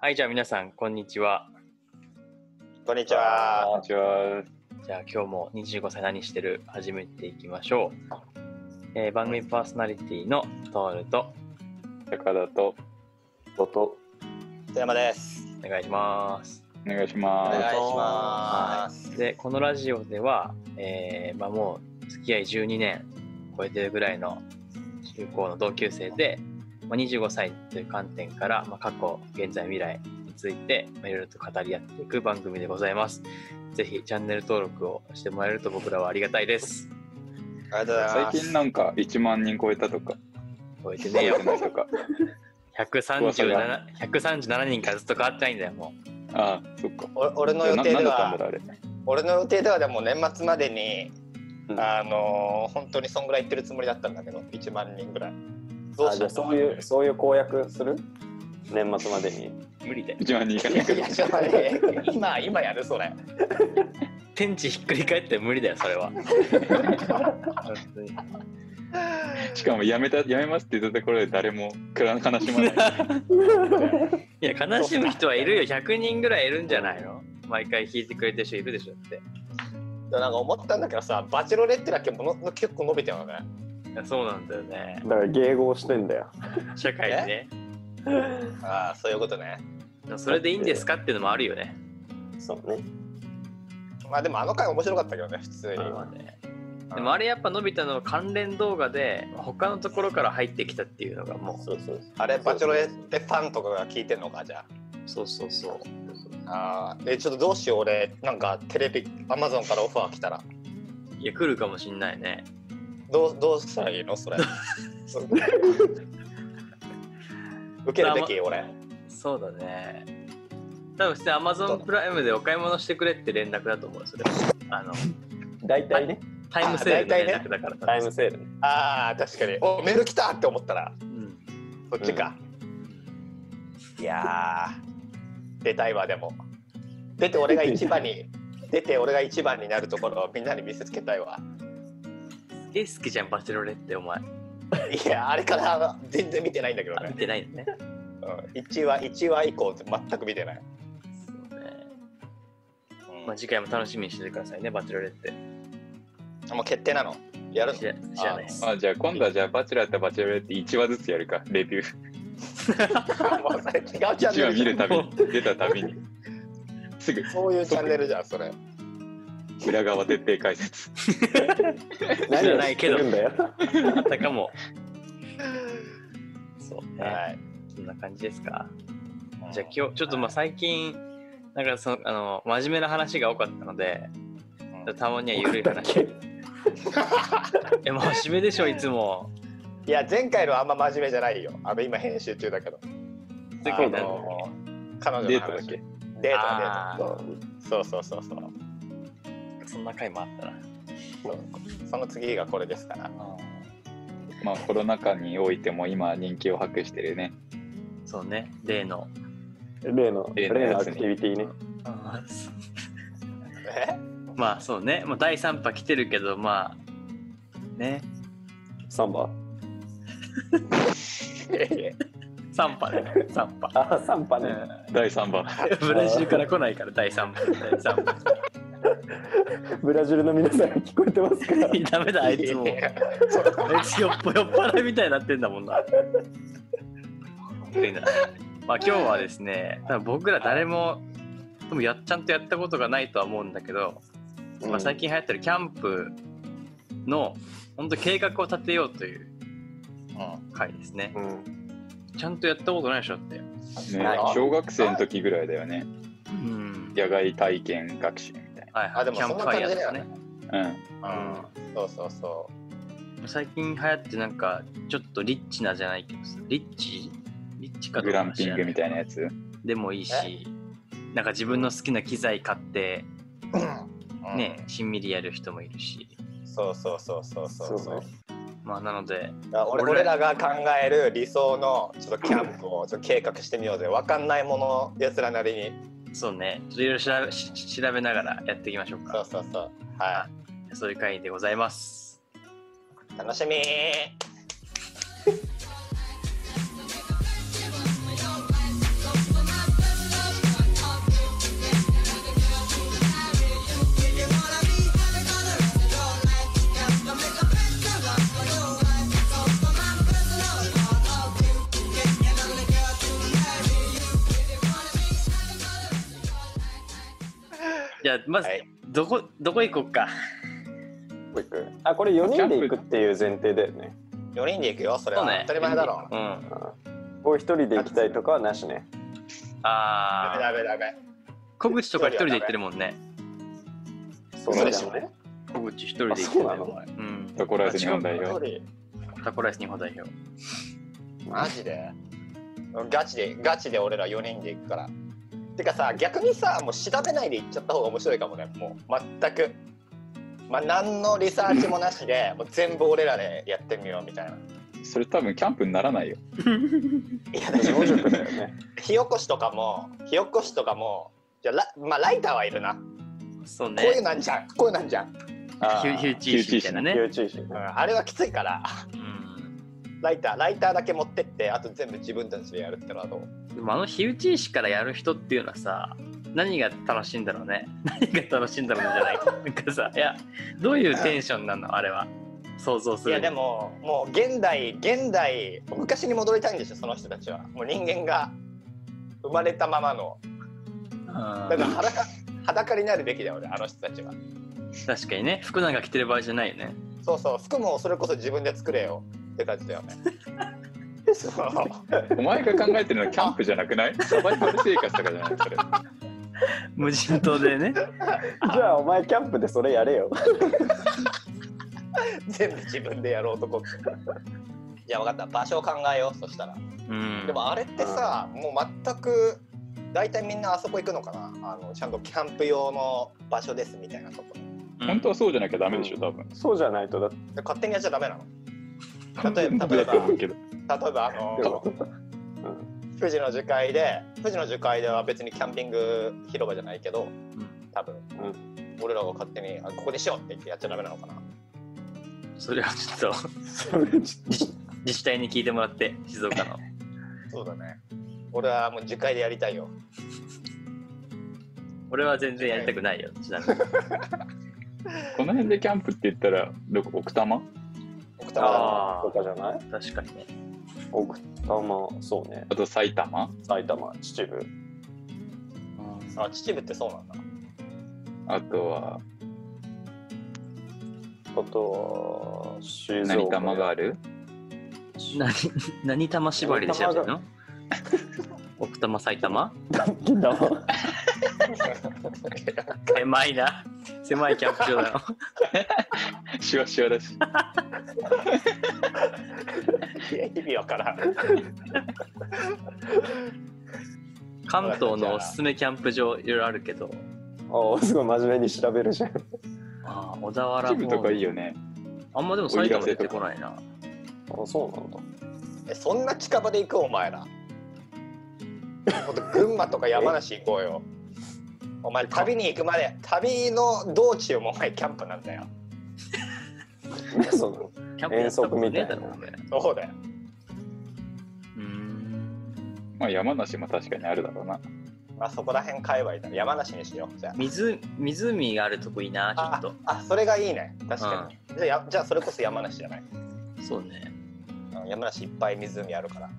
はい、じゃあ皆さん、こんにちは。こんにちこんはに。ちは。じゃあ今日も25歳何してる始めていきましょう。えー番組パーソナリティのトールと高田ととと富山です。お願いします。お願いしお願いしまます。で、このラジオでは、えーまあ、もう付き合い12年超えてるぐらいの中高の同級生で、まあ、25歳という観点から、まあ、過去、現在、未来について、まあ、いろいろと語り合っていく番組でございます。ぜひチャンネル登録をしてもらえると僕らはありがたいです。ありがとうございす。ます。最近なんか1万人超えたとか、超えて超ねええよて。ないとか。 137, 137人からずっと変わってないんだよもああ、そっか。お俺の予定なでんだったんだろは、うあれ。俺の予定ではでも年末までに、うんあのー本当にそんぐらい行ってるつもりだったんだけど、1万人ぐらい。どうあしじゃたあそういうそういう公約する年末までにう無理だよ1万人いかないいけど や、。ちょっと待って今、今やるそれ。天地ひっくり返って無理だよそれは本当にしかもやめた、やめますって言ったところで誰もくら悲しまない。 いや悲しむ人はいるよ100人ぐらいいるんじゃないの毎回弾いてくれてる人いるでしょってでもなんか思ったんだけどさ、バチェロレッテだけもの結構伸びてるのね。いやそうなんだよねだから迎合してんだよ社会にねああ、そういうことね。それでいいんですかっていうのもあるよねそうねまあでもあの回面白かったけどね、普通に。まあねでもあれやっぱ伸びたのは関連動画で他のところから入ってきたっていうのがもそうそうあれ、バチェロレッテファンとかが聞いてんのか、じゃあ。うそうそうそうあーえちょっとどうしよう俺なんかテレビアマゾンからオファー来たらいや来るかもしんないねどうどうしたらいいの それそ受けるべき俺そうだね。多分普通アマゾンプライムでお買い物してくれって連絡だと思うよそれはあの大体ねタイムセールのあ大連体ね絡だから多分タイムセールねあー確かにおメール来たって思ったらうんそっちか、いやー出たいわでも出て俺が一番に 出て俺が一番になるところをみんなに見せつけたいわすげえ好きじゃんバチェロレってお前いやあれから全然見てないんだけどあ見ね、てないのねうん、1話1話以降って全く見てない、そうねまあ次回も楽しみにしててくださいねバチェロレってあもう決定なのやるの知ら知らないですあじゃあ今度はじゃあバチェラーとバチェラーって1話ずつやるか、レビュー。もうそれ違うチャン1ネ話ルじ見ゃるんたびに、出たたびに。すぐそういうチャンネルじゃんそれ裏側徹底 解説。知らないけど何を知ってるんだよあった かもそうね、はいそんな感じですかじゃあ今日ちょっとまあ最近なんかそのあの真面目な話が多かったのでうんたまには緩い話え、もう締めでしょ、いつも。いや前回のあんま真面目じゃないよあの今編集中だけど次あ回なんだっの彼女のデートだっ話けデートあだーデートそうそうそうそうけそんな回もあったな。そうその次がこれです からまあコロナ禍においても今人気を博してるね。そうね、例の。例の例の例やのつアねクティビティねえまあそうね、もう第3波来てるけど、まあ、ね、サンバ3波ね、3波。あサンバね第3番。ブラジルから来ないから、第3波。第3波。 ブラジルの皆さん聞こえてますかダメだ、あいつも。いやあいつよっぽ酔っ払いみたいになってんだもんな。本当になまあ今日はですね、多分僕ら誰も、でもやっちゃんとやったことがないとは思うんだけど、まあ、最近流行ってるキャンプの本当計画を立てようという回ですね。うんちゃんとやったことないでしょって。ねあ、小学生の時ぐらいだよね。うん。野外体験学習みたいはいはい。あでもキャンプファイヤーとかね。な。うん。うんそうそうそ最近流行ってなんかちょっとリッチなじゃないけどさリッチリッチかどグうラかンもピ知ンらグなみたいなやつ。でもいいし、なんか自分の好きな機材買って、ううんね、しんみりやる人もいるし。そうそうそうそうそうそそううねまあなので、だから俺俺俺らが考える理想のちょっとキャンプをちょっと計画してみようぜ分かんないものやつらなりにそうね、ちょっといろいろ調べしし調べながらやっていきましょうそうか。そうそうはいそういう回でございます。楽しみーじゃあまず、はいどこどこ行こっかもう一個あこれ4人で行くっていう前提だよね4人で行くよそれは、そうね当たり前だろうん僕一人で行きたいとかはなしねダあメあダメダメ小口とか一人で行ってるもんねそ嘘でうでししょょね小口一人で行ってあそうるなものんねうんタコライス日本代一表。人タコライス日本代表マジでガチでガチで俺ら4人で行くからてかさ逆にさもう調べないで行っちゃった方が面白いかもねもう全くまあ何のリサーチもなしでもう全部俺らでやってみようみたいなそれ多分キャンプにならないよ。いや自己塾だよ ね火起こしとかも火起こしとかもじゃあラ,、まあ、ライターはいるな、そうこういうねなんじゃんこういうなんじゃん、うんヒュヒューチーシみたいなね、要注意してねあれはきついからうんライターライターだけ持ってってあと全部自分たちでやるってのはどうでもあの火打ち石からやる人っていうのはさ何が楽しいんだろうね何が楽しいんだろうねじゃない なんかさいやどういうテンションなのあれは想像すいるやでももう現代現代昔に戻りたいんでしょその人たちはもう人間が生まれたままのうんだから 裸裸になるべきだよ俺あの人たちは確かにね服なんか着てる場合じゃないよねそうそう服もそれこそ自分で作れよって感じだよ ねそうお前が考えてるのはキャンプじゃなくないサバイバル生活とかじゃないそれ。無人島で ねじゃあお前キャンプでそれやれよ全部自分でやろうと こじゃあ分かった場所を考えようそしたらうんでもあれってさ、もう全く大体みんなあそこ行くのかなあのちゃんとキャンプ用の場所ですみたいなとこうん本当はそうじゃなきゃダメでしょ、多分。そうじゃないとだってで勝手にやっちゃダメなの例えば例えだと思うばけど。例えばあの富士の樹海で富士の樹海では別にキャンピング広場じゃないけど多分、俺らが勝手にあここでしようって言ってやっちゃダメなのかなそれはちょっとそれちょっ自治体に聞いてもらって静岡 のそうだね俺はもう樹海でやりたいよ俺は全然やりたくないよちなみにこの辺でキャンプって言ったら、どこ奥多摩奥多と摩あ あーとかじゃない確かにね奥多摩そうねあと埼玉埼玉秩父あ秩父ってそう なんだあとはあとは静岡何玉がある何何玉縛りで調べてんの奥多摩埼玉金玉狭いな狭いキャンプ場だ よシワシワだし。いや意味わからん関東のおすすめキャンプ場いろいろあるけどああすごい真面目に調べるじゃんあー小田原秩父ともかいいよね。あんまでも埼玉出てこないなあそうなんだえそんな近場で行くお前らもっと群馬とか山梨行こうよお前旅に行くまで旅の道中もお前キャンプなんだよそうなの キャンプやったことねえだろ遠足おめえそうだようーんまあ山梨も確かにあるだろうな。まあそこら辺界隈だね山梨にしようじゃ湖湖があるとこいいなちょあっとああそれがいいね確かに、じゃあやじゃあそれこそ山梨じゃないそうねうん山梨いっぱい湖あるから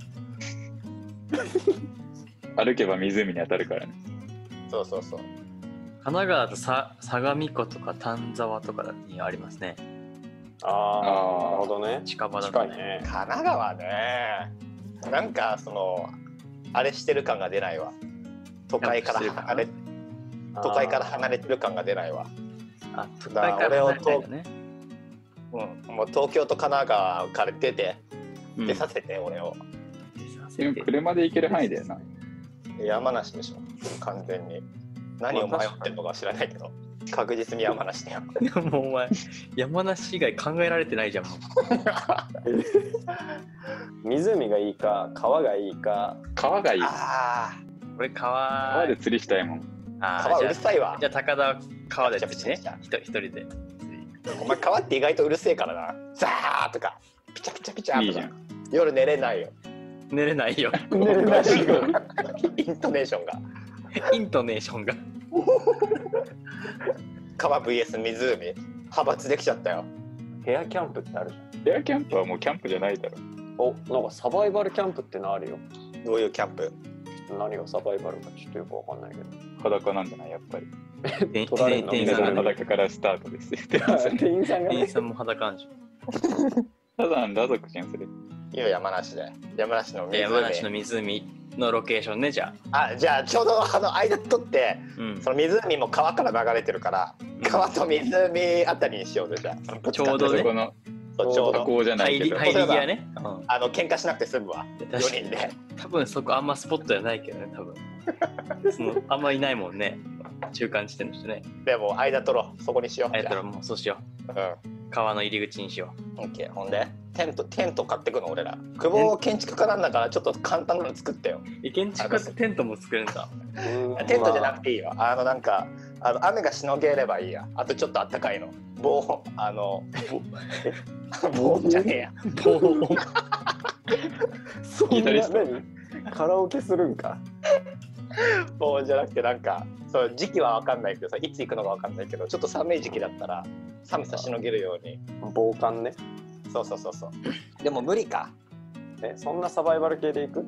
歩けば湖に当たるからね。そうそうそう神奈川とさ相模湖とか丹沢とかにありますねああなるほどね近場だと近いねね神奈川ねなんかそのあれしてる感が出ないわ都会から離れ都会から離れてる感が出ないわあ都会から離れたいよねうん、もう東京と神奈川から出てうん出させて、俺をでも車で行ける範囲だよな。山梨でしょ完全に何を迷ってるのか知らないけど確実に山梨だよでもお前山梨以外考えられてないじゃんもう湖がいいか川がいいか川がいい。あ俺川川で釣りしたいもん。ああー川じうゃるさいわあじゃあ高田は川で釣りねめちゃめち一人ゃ一人で釣りお前川って意外とうるせえからなザーとかピチャピチャピチャとかいいじゃん夜寝れないよ寝れないよ。寝れないイントネーションがイントネーションが。川 VS 湖派閥できちゃったよヘアキャンプってあるじゃエアキャンプはもうキャンプじゃないだろ。んおなんかサバイバルキャンプってのあるよどういうキャンプ何がサバイバルかちょっとよくわかんないけど裸なんじゃないやっぱり。店取られんの店員メさダんルがね裸からスタートです。 店員さんが店ね員さんも裸なんでしょただの裸族じゃんそれ。いや山梨で山梨の湖で山梨の湖のロケーションね、じゃあ。あじゃあちょうどあの間取ってうんそ。の湖も川から流れてるから川と湖あたりにしようぜじゃあちょうどねそこのそうちょう加ど工じゃな入いけりど。入り際ね。うんあの喧嘩しなくて済むわ確4か人にで多分そこあんまスポットじゃないけどね、多分。そのあんまいないもんね。中間地点の人ね。でも間取ろうそこにしようあやったらもうそうしよじゃあう。川の入り口にしようんオッケーほんでテントテント買ってくの俺ら久保建築家なんだからちょっと簡単なの作ってよう。え建築家ってテントも作れるんだ。テントじゃなくていいよあのなんかあの雨がしのげればいいやあとちょっとあったかいの棒あの 棒棒じゃねえや棒 をそギタリスト何カラオケするんかそうじゃなくてなんかそう時期は分かんないけどさいつ行くのか分かんないけどちょっと寒い時期だったら寒さしのげるように防寒ねそうそうそうそうでも無理かえそんなサバイバル系でいく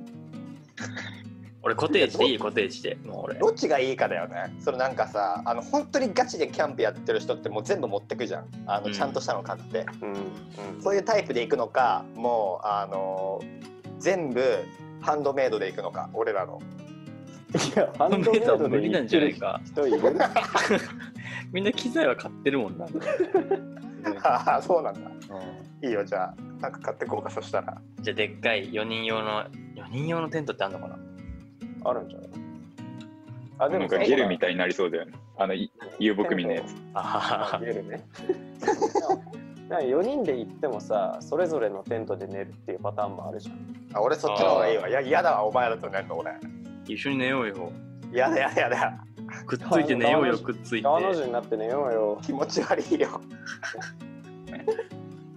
俺、コテージでいいコテージで。もう俺。どっちがいいかだよねそのなんかさあの本当にガチでキャンプやってる人ってもう全部持ってくじゃんあうのんちゃんとしたの買って、うんそういうタイプで行くのかもうあの全部ハンドメイドで行くのか俺らのいやハンドメイメータード無で理いなんじゃないか。人いるみんな機材は買ってるもんな。 ああそうなんだいいよじゃあなんか買ってこうかそしたらじゃあでっかい4人用の4人用のテントってあるのかなあるんじゃないあでなんもかゲルみたたいになりそうだよね。あのい遊牧民のやつ。あゲルね なんか4人で行ってもさそれぞれのテントで寝るっていうパターンもあるじゃんあ俺そっちの方がいいわいや嫌だわお前らと寝るの俺一緒に寝ようよ。やだやだやだくっついて寝ようよ、くっついて。川の字になって寝ようよ気持ち悪いよ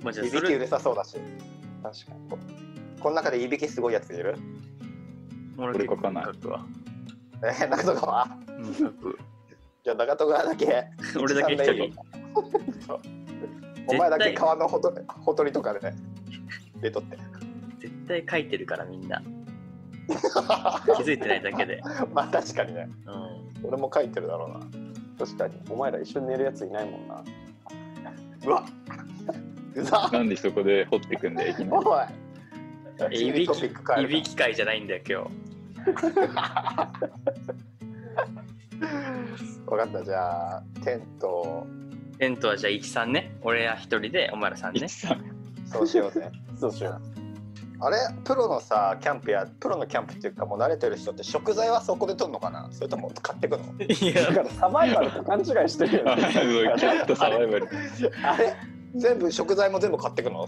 まあ、じゃあいそびきうれるさそうだし確かにこの中でいびきすごいやついる俺結構書くわ。えー、中戸川うん書 くじゃあ中戸川だけ 俺だけ一人。お前だけ絶対川のほとほとりとかでね出とって絶対書いてるからみ んな。気づいてないだけで。まあ確かにねうん。俺も書いてるだろうな確かにお前ら一緒に寝るやついないもんなうわうざなんでそこで掘ってくんだよ、いきなり。おえいいびトきピック変えいるびき会じゃないんだよ、今日。分かったじゃあテントをテントはじゃあ、いきさんね。俺や一人で、お前らさんね一。さんそうしようぜ そうしようあれプロのさキャンプやプロのキャンプっていうかもう慣れてる人って食材はそこで取るのかなそれとも買ってくのいだや、からサバイバルと勘違いして るよあねそうキャンプサバイバルだあれ全部食材も全部買ってくのろ。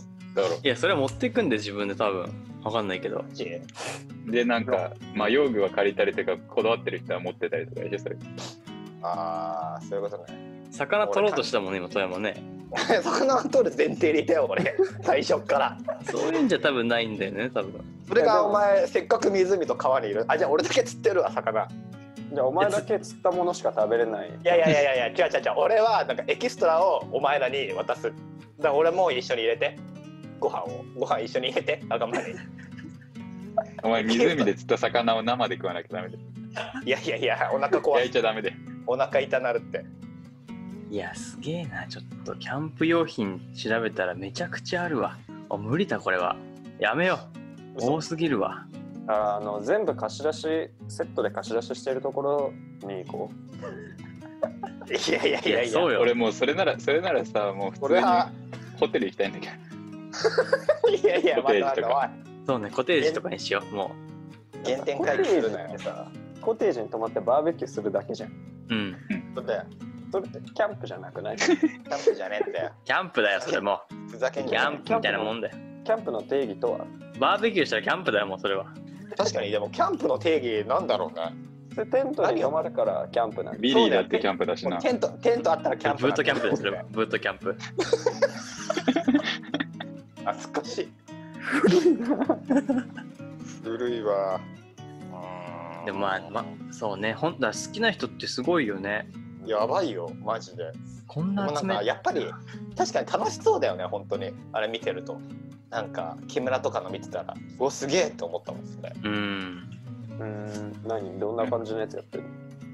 いやそれは持ってくんで、自分で多分。わかんないけど。で、なんか、まあ、用具は借りたりとか、こだわってる人は持ってたりとかでしょ、それ。ああそういうことね 魚取ろうとしたもんね、今、富山ね。魚は取る前提でいたよ 俺最初からそういうんじゃ多分ないんだよね、多分。それいやでがもお前せっかく湖と川にいるあじゃあ俺だけ釣ってるわ魚いじゃあお前だけ釣ったものしか食べれないやいやいやいやいや違う違う違う俺はなんかエキストラをお前らに渡すだから俺も一緒に入れてご飯をご飯一緒に入れて仲間にお前、湖で釣った魚を生で食わなきゃダメで。いやいやいやお腹壊焼いすちゃダメで。お腹痛なるっていや、すげえな。ちょっと、キャンプ用品調べたらめちゃくちゃあるわ。あ、無理だ、これは。やめよう。嘘多すぎるわ。ああの全部貸し出しセットで貸し出ししてるところに行こういやいやいいやや、いやそうよ。俺もうそれなら、それならさ、もう普通俺にはホテル行きたいんだけど。いやいやまたなんかそうね、コテージとかにしよう。もおい原点回帰するなよさコテージに泊まってバーベキューするだけじゃんう。うん。だってそれってキャンプじゃなくないキキャンプじゃねえんだよキャンプだよ、それも。ふざけんキじャゃねンプみたいなもんだよ。ャンプの定義とはバーベキューしたらキャンプだよ、もうそれは。え確かにでもキャンプの定義なんだろうねでテントに泊まるからキャンプなんでビリーだってキャンプだしな。テントテントあったらキャンプブートキャンプですそよれ。ブートキャンプ。懐かし い古いわうーんでもまあ、まあ、そうね、本当は好きな人ってすごいよね。やばいよマジでこんでなもな集んめかやっぱり確かに楽しそうだよね本当にあれ見てるとなんか木村とかの見てたらうおすげえって思ったもんそれうん。うん何どんな感じのやつやってる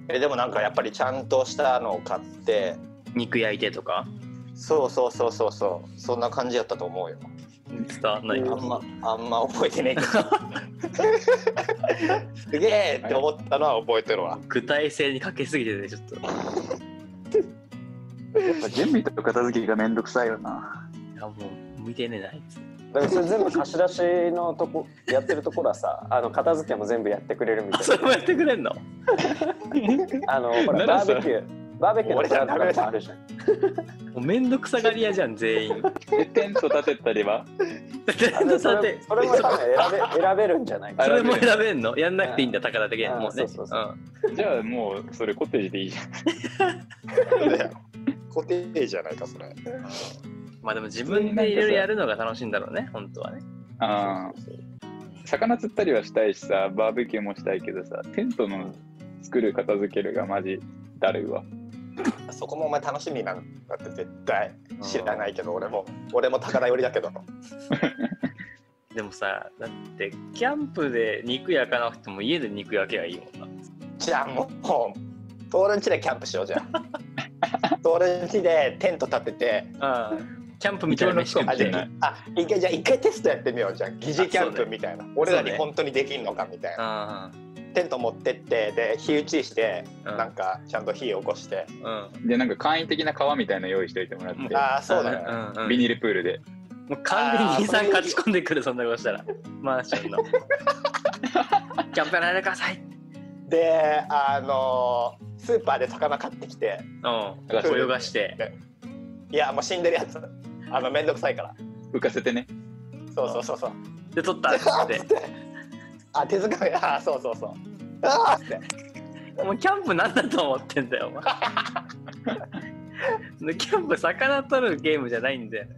えでもなんかやっぱりちゃんとしたのを買って肉焼いてとか。そうそうそうそうそうそんな感じやったと思うよ伝わんないけあど。んまあんま覚えてねえけ どすげえって思ったのは覚えてるわ具体性に欠けすぎてね、ちょっと。いやっぱ準備と片付けがめんどくさいよな。や、もう、見てねえな、あいつ。だからそれ全部貸し出しのとこやってるところはさあの片付けも全部やってくれるみあ、たそいれもやってくれんのなあのほなららバさーベキューバーベキューのプランとかもある じゃんもうめんどくさがり屋じゃん、全 員。で テント立てたりはテあントのそ立れて。それも多分選 べ選べるんじゃないかそれも選べんのやんなくていいんだ、高田的には。うんもうね。うんそうそうそうんじゃあもうそれコテージでいいじゃん。固定じゃないかそれまあでも自分でいろいろやるのが楽しいんだろうね、本当はね。あー魚釣ったりはしたいしさ、バーベキューもしたいけどさ、テントの作る片付けるがマジだるいわ。そこもお前楽しみなんだって絶対知らないけど俺も俺も高田寄りだけどでもさ、だって、キャンプで肉焼かなくても家で肉焼けばいいもんな。じゃあもうトーレンチでキャンプしよう じゃんトーレンチでテント立ててああキャンプみたいな飯食あっじてゃなあい。あ一回じゃあ一回テストやってみようじゃん疑似キャンプみたいな、俺らにそうね本当にできんのかみたいな、あテント持ってってで火打ちして、あうんなんかちゃんと火起こして、あで、なんか簡易的な川みたいなの用意しておいてもらって。ああそうだね、ねビニールプールで。もう完全に兄さんあー勝ち込んでくるそんなことしたらマンションの キャンプやられてくださいであのースーパーで魚買ってきてうん泳がしていやもう死んでるやつあ のめんどくさいから浮かせてね。そうそうそうそうで取ったっつあっっつっててあ手塚があそうそうそうああってもうキャンプなんだと思ってんだよ お前でキャンプ魚取るゲームじゃないんだよね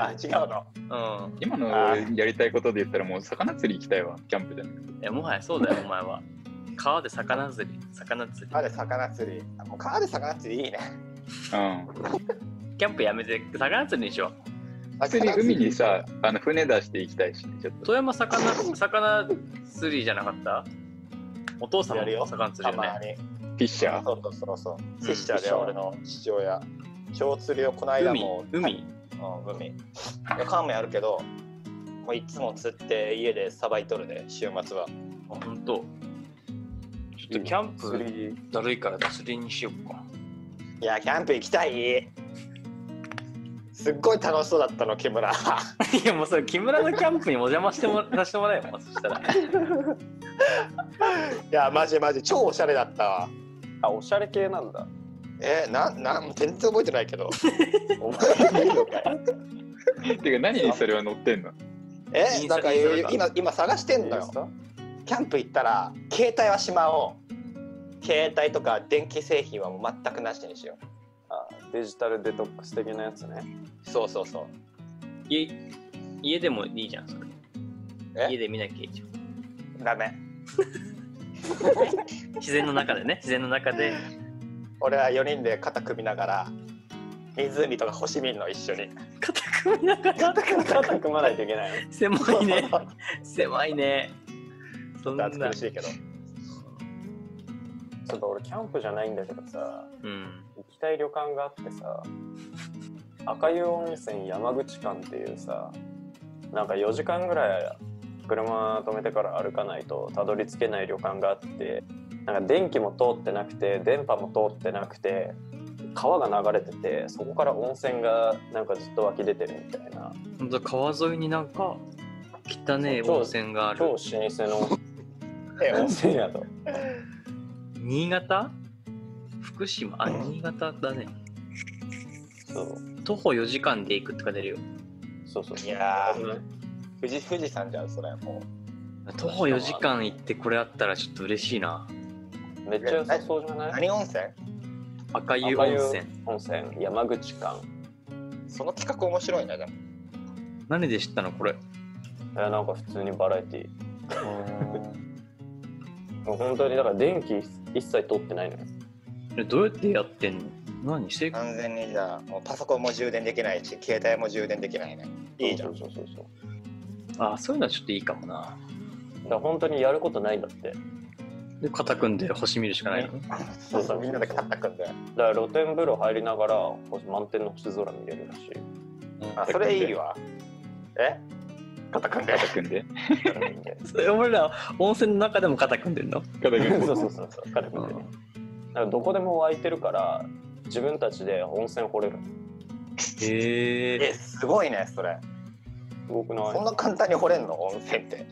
あ違うのうん今のあやりたいことで言ったらもう魚釣り行きたいわ、キャンプじゃなくて。いやもはやそうだよお前は川で魚釣り魚釣り川で魚釣りあもう川で魚釣りいいねうん。キャンプやめて魚釣りにしよう普普通に海にさ、あの船出して行きたいし、ちょっと。富山魚魚釣りじゃなかったお父さんやるよも魚釣たりよねまにフィッシ ャー。そうそうそうそうセッシャーでうん俺の父親超釣りをこの間海も海うん海川もやるけどもういつも釣って家でさばいとるで週末はあ本当。ちょっとキャン釣プりだるいから脱釣りにしようか。いやキャンプ行きたいすっごい楽しそうだったの木 村 いやもうそれ木村のキャンプにお邪魔してもら させてもらえよ。そしたら。いやマジマジ超おしゃれだったわあおしゃれ系なんだえななん全然覚えてないけ ど覚えてないのかい てか何にそれは乗ってんのイえンスタなんかインスタとか今今探してんのよキャンプ行ったら携帯はしまおう携帯とか電気製品はもう全くなしにしよあデジタルデトックス的なやつねうそうそうそう家家でもいいじゃんそれ。家えで見なきゃいいじゃん。ダメ自然の中でね自然の中 で。俺は4人で肩組みながら湖とか星見んの一緒に肩組みながら。肩組まないといけないの狭いね狭いね。そんな。 懐かしいけどちょっと俺キャンプじゃないんだけどさうん。行きたい旅館があってさ赤湯温泉山口間っていうさなんか4時間ぐらい車止めてから歩かないとたどり着けない旅館があってなんか電気も通ってなくて電波も通ってなくて川が流れててそこから温泉がなんかずっと湧き出てるみたいな本当川沿いになんか汚ねえそう温泉があ超老る。舗のえ温泉やと新潟？福島？あ新潟だね。そう徒歩4時間で行くってか出るよ。そうそういやー富士富士山じゃんそれも徒歩4時間行ってこれあったらちょっと嬉しいな。うめっちゃ良さそうじゃない何温泉赤湯温泉温泉、山口館。その企画面白いねでも何で知ったのこれえーなんか普通にバラエティー。もう本当にだから電気一切取ってないのよ。えどうやってやってんの何していく完全にじゃあもうパソコンも充電できないし携帯も充電できないねいいじゃんそうそうそうそう。あそういうのはちょっといいかもなだから本当にやることないんだって。で肩組んで星見るしかないの、そうそうみんなで肩組んでだから露天風呂入りながら星満天の星空見れるらしい。あそれいいわえ肩組んで肩組んで。それ俺ら温泉の中でも肩組んでんの肩組んで。そうそうそうそう。彼もね。だからどこでも湧いてるから自分たちで温泉掘れる。へええすごいねそれすごそくんなな簡単に掘れんの温泉って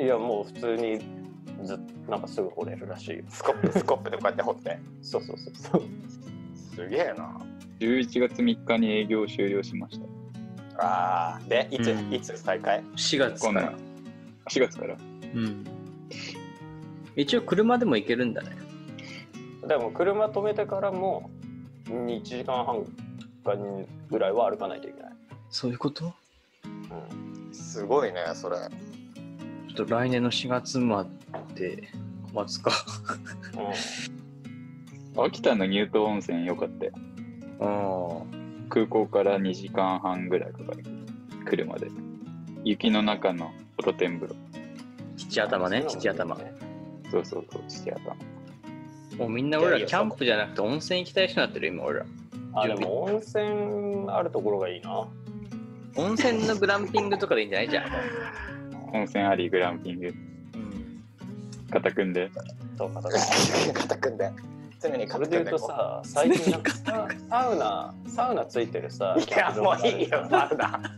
い？いやもう普通にずっなんかすぐ掘れるらしいよ。スコッ プスコップでこうやって掘ってそうそうそうそう。すげえな11月3日に営業終了しました。あーでいつ、うんいつ再開4月こかんなら4月から。うん一応車でも行けるんだねでも車止めてからも1時間半かにぐらいは歩かないといけない。そういうことすごいねそれちょっと来年の4月まで待つかうん。うん秋田の乳頭温泉良かったよ。うん空港から2時間半ぐらいかかる。車で。雪の中の露天風呂。父頭ねそん父な頭もんいいねそうそうそう、土頭。もうみんないや俺らいやキャンプじゃなくて温泉行きたい人になってる今俺らあでも温泉あるところがいいな。温泉のグランピングとかでいいんじゃないじゃん、温泉あり、グランピング。肩組んで。そうか。肩組んで常にそ肩組れで言んうでとこさ、最近なんかササウナ、サウナついてるさ、ういやもういいよサウナ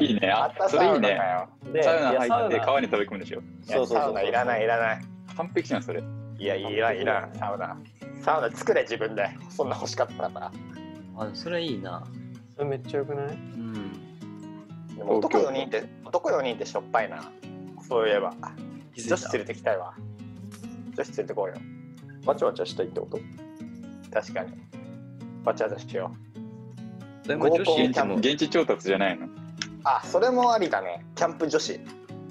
いいね。ああっ、たそサれいウいナかね。よでサウナいやサ入っウてナ川に飛び込むでしょ。いやそうそうそうサウナいらないいらない完璧じゃん、それ。いやいらんいらんサウナサウナ作れ自分でそんな欲しかったらうん、あそれいいなそれめっちゃよくないうんでも男4人って男4人ってしょっぱいなそういえば気づ女いた子連れてきたいわ女子連れてこうよわちゃわちゃしたいってこと確かにわちゃわちゃしよでも女子合コン行っ現て地も現地調達じゃないの。うあそれもありだねキャンプ女子い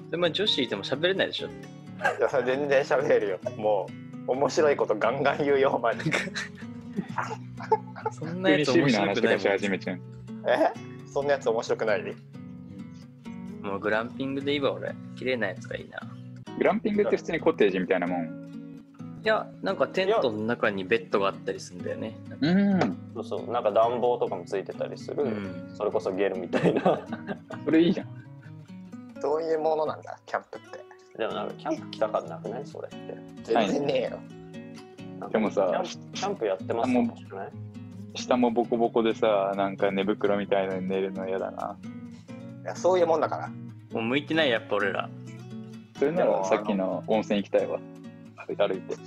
でも女子いても喋れないで しょやそれ全然喋れるよもう面白いことガンガン言う よマジでそんな急にやつ趣面味の白くな話といかしも始めちゃう。えそんなやつ面白くないでんもうグランピングでいいわ俺綺麗なやつがいいなグランピングって普通にコテージみたいなもん。いやなんかテントの中にベッドがあったりするんだよねうん。そうそう、なんか暖房とかもついてたりする、うんそれこそゲルみたいな。 それいいじゃん。どういうものなんだキャンプってでもなんかキャンプ来た感なくないそれって。全然ねえよ、なんかでもさキャンプキャンプやってますもんじゃない下もボコボコでさ、なんか寝袋みたいなのに寝るの嫌だな。いやそういうもんだからもう向いてないやっぱ俺らそれなでらもさっきの温泉行きたいわ。歩いて歩いて。い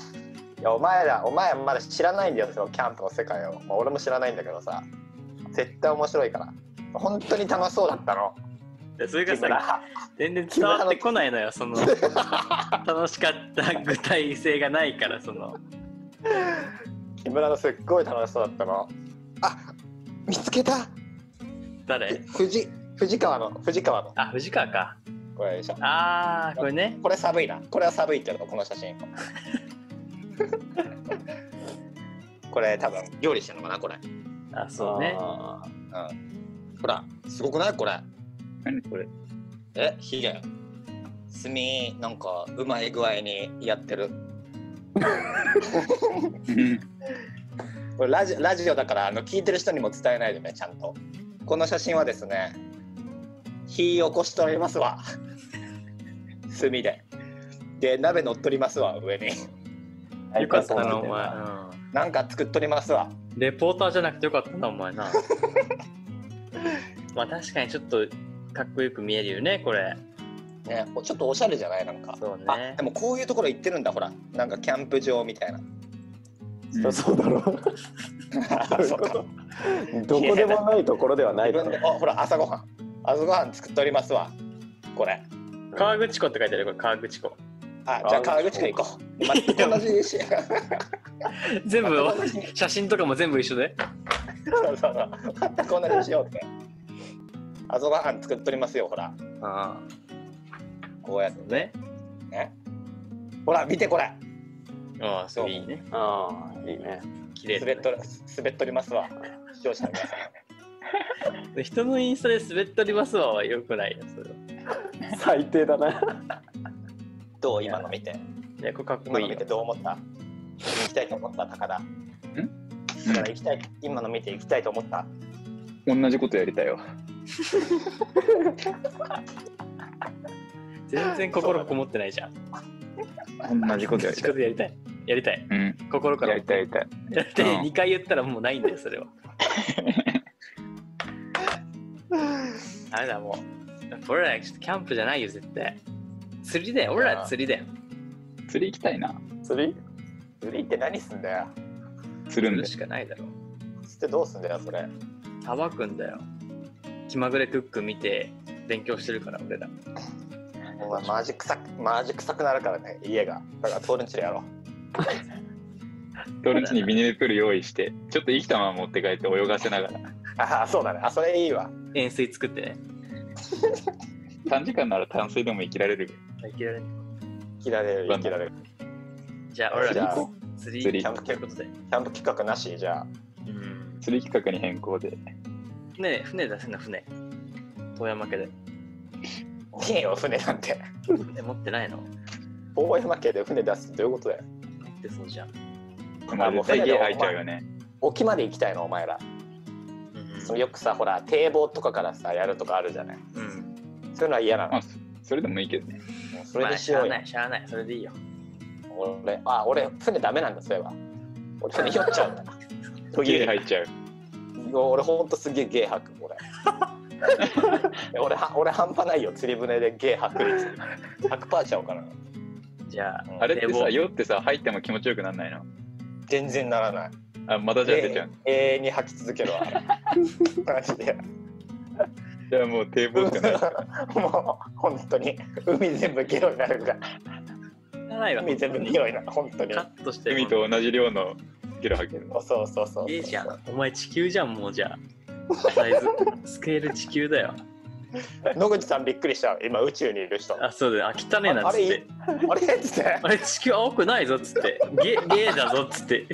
やお前らお前まだ知らないんだよそのキャンプの世界を、まあ、俺も知らないんだけどさ絶対面白いから本当に楽しそうだったのそれ木村全然伝わってこないのよその 楽しかった具体性がないからその木村のすっごい楽しそうだったのあ見つけた誰藤藤川の藤川のあ藤川かこれでしょあーこれねこれ寒いなこれは寒いってのこの写真 これ多分料理してるのかなこれ、あそうねあうん、ほらすごくないこれ何これえ火が炭なんかうまい具合にやってるこれラジラジオだからあの聞いてる人にも伝えないでねちゃんとこの写真はですね火起こしておりますわ 炭でで鍋乗っとりますわ上にーよかったはいなそうおん前だよななんか作っとりますわうんレポーターじゃなくてよかったなお前 なまあ確かにちょっとかっこよく見えるよねこれねちょっとおしゃれじゃないなんかそうねあでもこういうところ行ってるんだほらなんかキャンプ場み たいなうんそうそうだろ う。そうかどこでもないところではない自だ分ろであほら朝ごはん朝ごはん作っとりますわこれ川口湖って書いてあるこれ川口湖あじゃああ河口湖行こう全く同じにし全部全く同じに写真とかも全部一緒でそうそうそう全く同じにしようって朝ごはん作っとりますよほらあこうやっあねてほら見てこれああそれいいねああ、いいね。綺麗だ滑ねっとる滑っとりますわ視聴者の皆さん人のインスタで滑っとりますわはよくないよそれは最低だな。どう今の見ていやこれかっこ今いのい見よてどう思った行きたいと思った高田だから行きたい今の見て行きたいと思った同じことやりたいよ。全然心こもってないじゃん同じことやり仕たい。事やりたいやりたいうん。心からやりたい、やりたい。やりたういん2回言ったらもうないんだよそれはあれだもう俺らちょっとキャンプじゃないよ絶対釣りだよ俺ら釣りだよ釣り行きたいな。釣り釣りって何すんだよ釣釣るんるで。しかないだろ釣ってどうすんだよそれさばくんだよ気まぐれクック見て勉強してるから俺らお前マジ臭くマジ臭くなるからね家がだからトールンチでやろう俺んちにビニールプール用意して、ちょっと生きたまま持って帰って泳がせながら。ああそうだねあそれいいわ塩水作ってね短時間なら淡水でも生きられる。いけられん生きられる生きられるじゃあ俺じらゃあが釣り釣りキャンプということで、キャンプ企画なしじゃあうん、釣り企画に変更で。船船出せな船遠山家でいいよ船なんて船持ってないの持大山家で船出すってどういうことだよってそうじゃん、まあ、もう絶対家入っちゃうよね。沖まで行きたいのお前らそのよくさほら堤防とかからさやるとかあるじゃないうんそういうのは嫌なのまあ、そそれでもいいけどね。もうそれでしようよまあ、しゃあないしゃあないそれでいいよ俺あ俺船ダメなんだそういえば俺船酔っちゃうん だ途切家れ入っちゃう。俺ほんとすげえゲー吐く 俺俺は俺半端ないよ釣り船でゲー吐く率100%ちゃうからなじゃああれって堤防さ、酔ってさ、入っても気持ちよくなんないの全然ならないあ、またじゃあ出ちゃう。永遠に吐き続けるわ マジでじゃあもう堤防しかない。 もう本当に海全部ゲロになるから汚いわ海全部ゲロになる本当にカットして海と同じ量のゲロ吐けるの。そうそうそうそういいじゃんお前地球じゃんもうじゃあサイズスケール地球だよ野口さんびっくりした今宇宙にいる人ああそうだよあ汚ねえなっつっああれいいてれっつってあれ地球青くないぞっつってゲゲーだぞっつって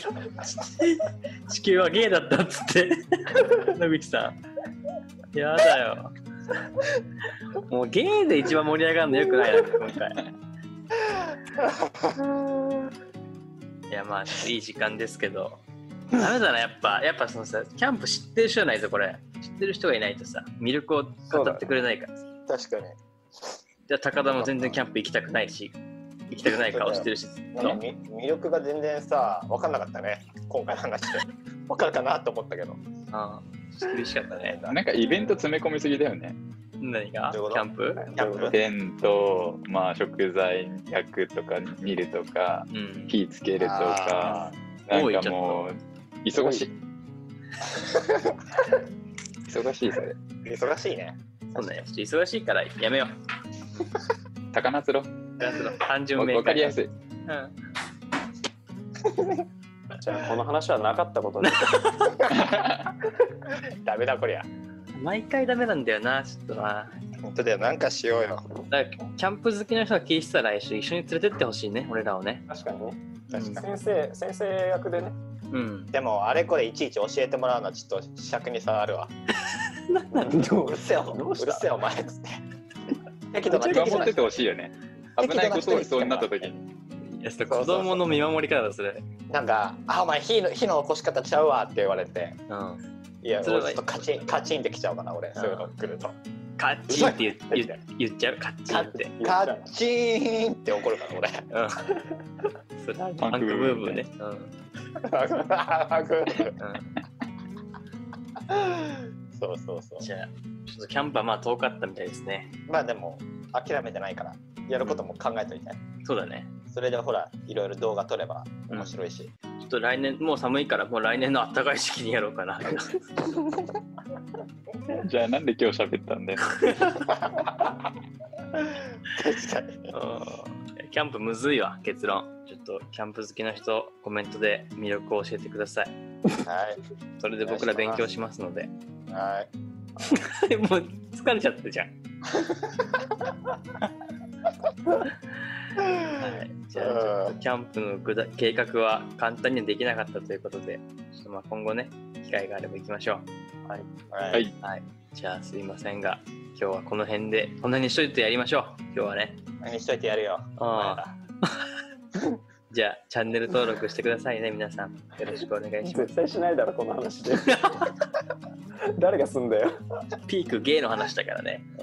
地球はゲーだったっつって野口さんやだよもうゲーで一番盛り上がるのよくないな今回いやまあいい時間ですけどダメだなやっぱやっぱそのさキャンプ知ってる人じゃないとこれ知ってる人がいないとさ魅力を語ってくれないからさ確かにじゃあ高田も全然キャンプ行きたくないし行きたくない顔してるしなんかみ魅力が全然さ分かんなかったね今回の話で分かるかなと思ったけどああ、厳しかったね。なんかイベント詰め込みすぎだよね。何がキどういうことャンプキャンプテント、まあ、食材焼くとか煮るとかうん。火つけるとかあな多んいかもう忙しい 忙しいそれ忙しいねそうね。ちょっと忙しいからやめよう。高菜つろ単純わ明わか快りだやすいうん。じゃあ、この話はなかった ことで。ダメだこりゃ 毎回ダメなんだよな、ちょっとな。本当だよなんかしようよだからキャンプ好きな人が聞いてたら一緒一緒に連れてってほしいね、俺らをね。確かにね。確かに先生、先生役でね。うん。でもあれこれいちいち教えてもらうのはちょっと尺に差あるわうるせえよどううしるたせえお前っつって適度な一番適度持っなててほしいよね危ないことをしそうになった時にいや、ちょっと子供の見守り方だ、それ。なんか「あお前火の火の起こし方ちゃうわ」って言われてうん。いやそれ俺はちょっとカチンカチンってきちゃうかな俺そういうの来るとカッチンって言言言っちゃう、カッチンって。カチンって怒るから俺うん。それ、パンパンククムムーブーブねね。うん。うん。そうそうそうじゃあ、ちょっとキャンプはまあ遠かったみたいですね。まあでも諦めてないからやることも考えといてそうだね。それでほらいろいろ動画撮れば面白いし、ちょっと来年、もう寒いから、もう来年の暖かい時期にやろうか な。じゃあなんで今日喋ったんだよ確かにうんね。キャンプむずいわ、結論。ちょっと、キャンプ好きな人、コメントで魅力を教えてください。はそれで僕ら勉強しますので。い。はい。もう、疲れちゃってるじゃん。はい、じゃあ、ちょっとキャンプのぐだ計画は簡単にはできなかったということで、ちょっとまあ今後ね、機会があれば行きましょう。はい。はいじゃあすいませんが今日はこの辺でこんなにしといてやりましょう今日はね何しといてやるよ。あじゃあチャンネル登録してくださいね皆さんよろしくお願いしま絶対しないだろこの話 で誰がすんだよす ピークゲイの話だからね、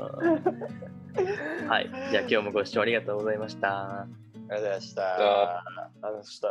うんはいじゃあ今日もご視聴ありがとうございましたありがとうございました。あのした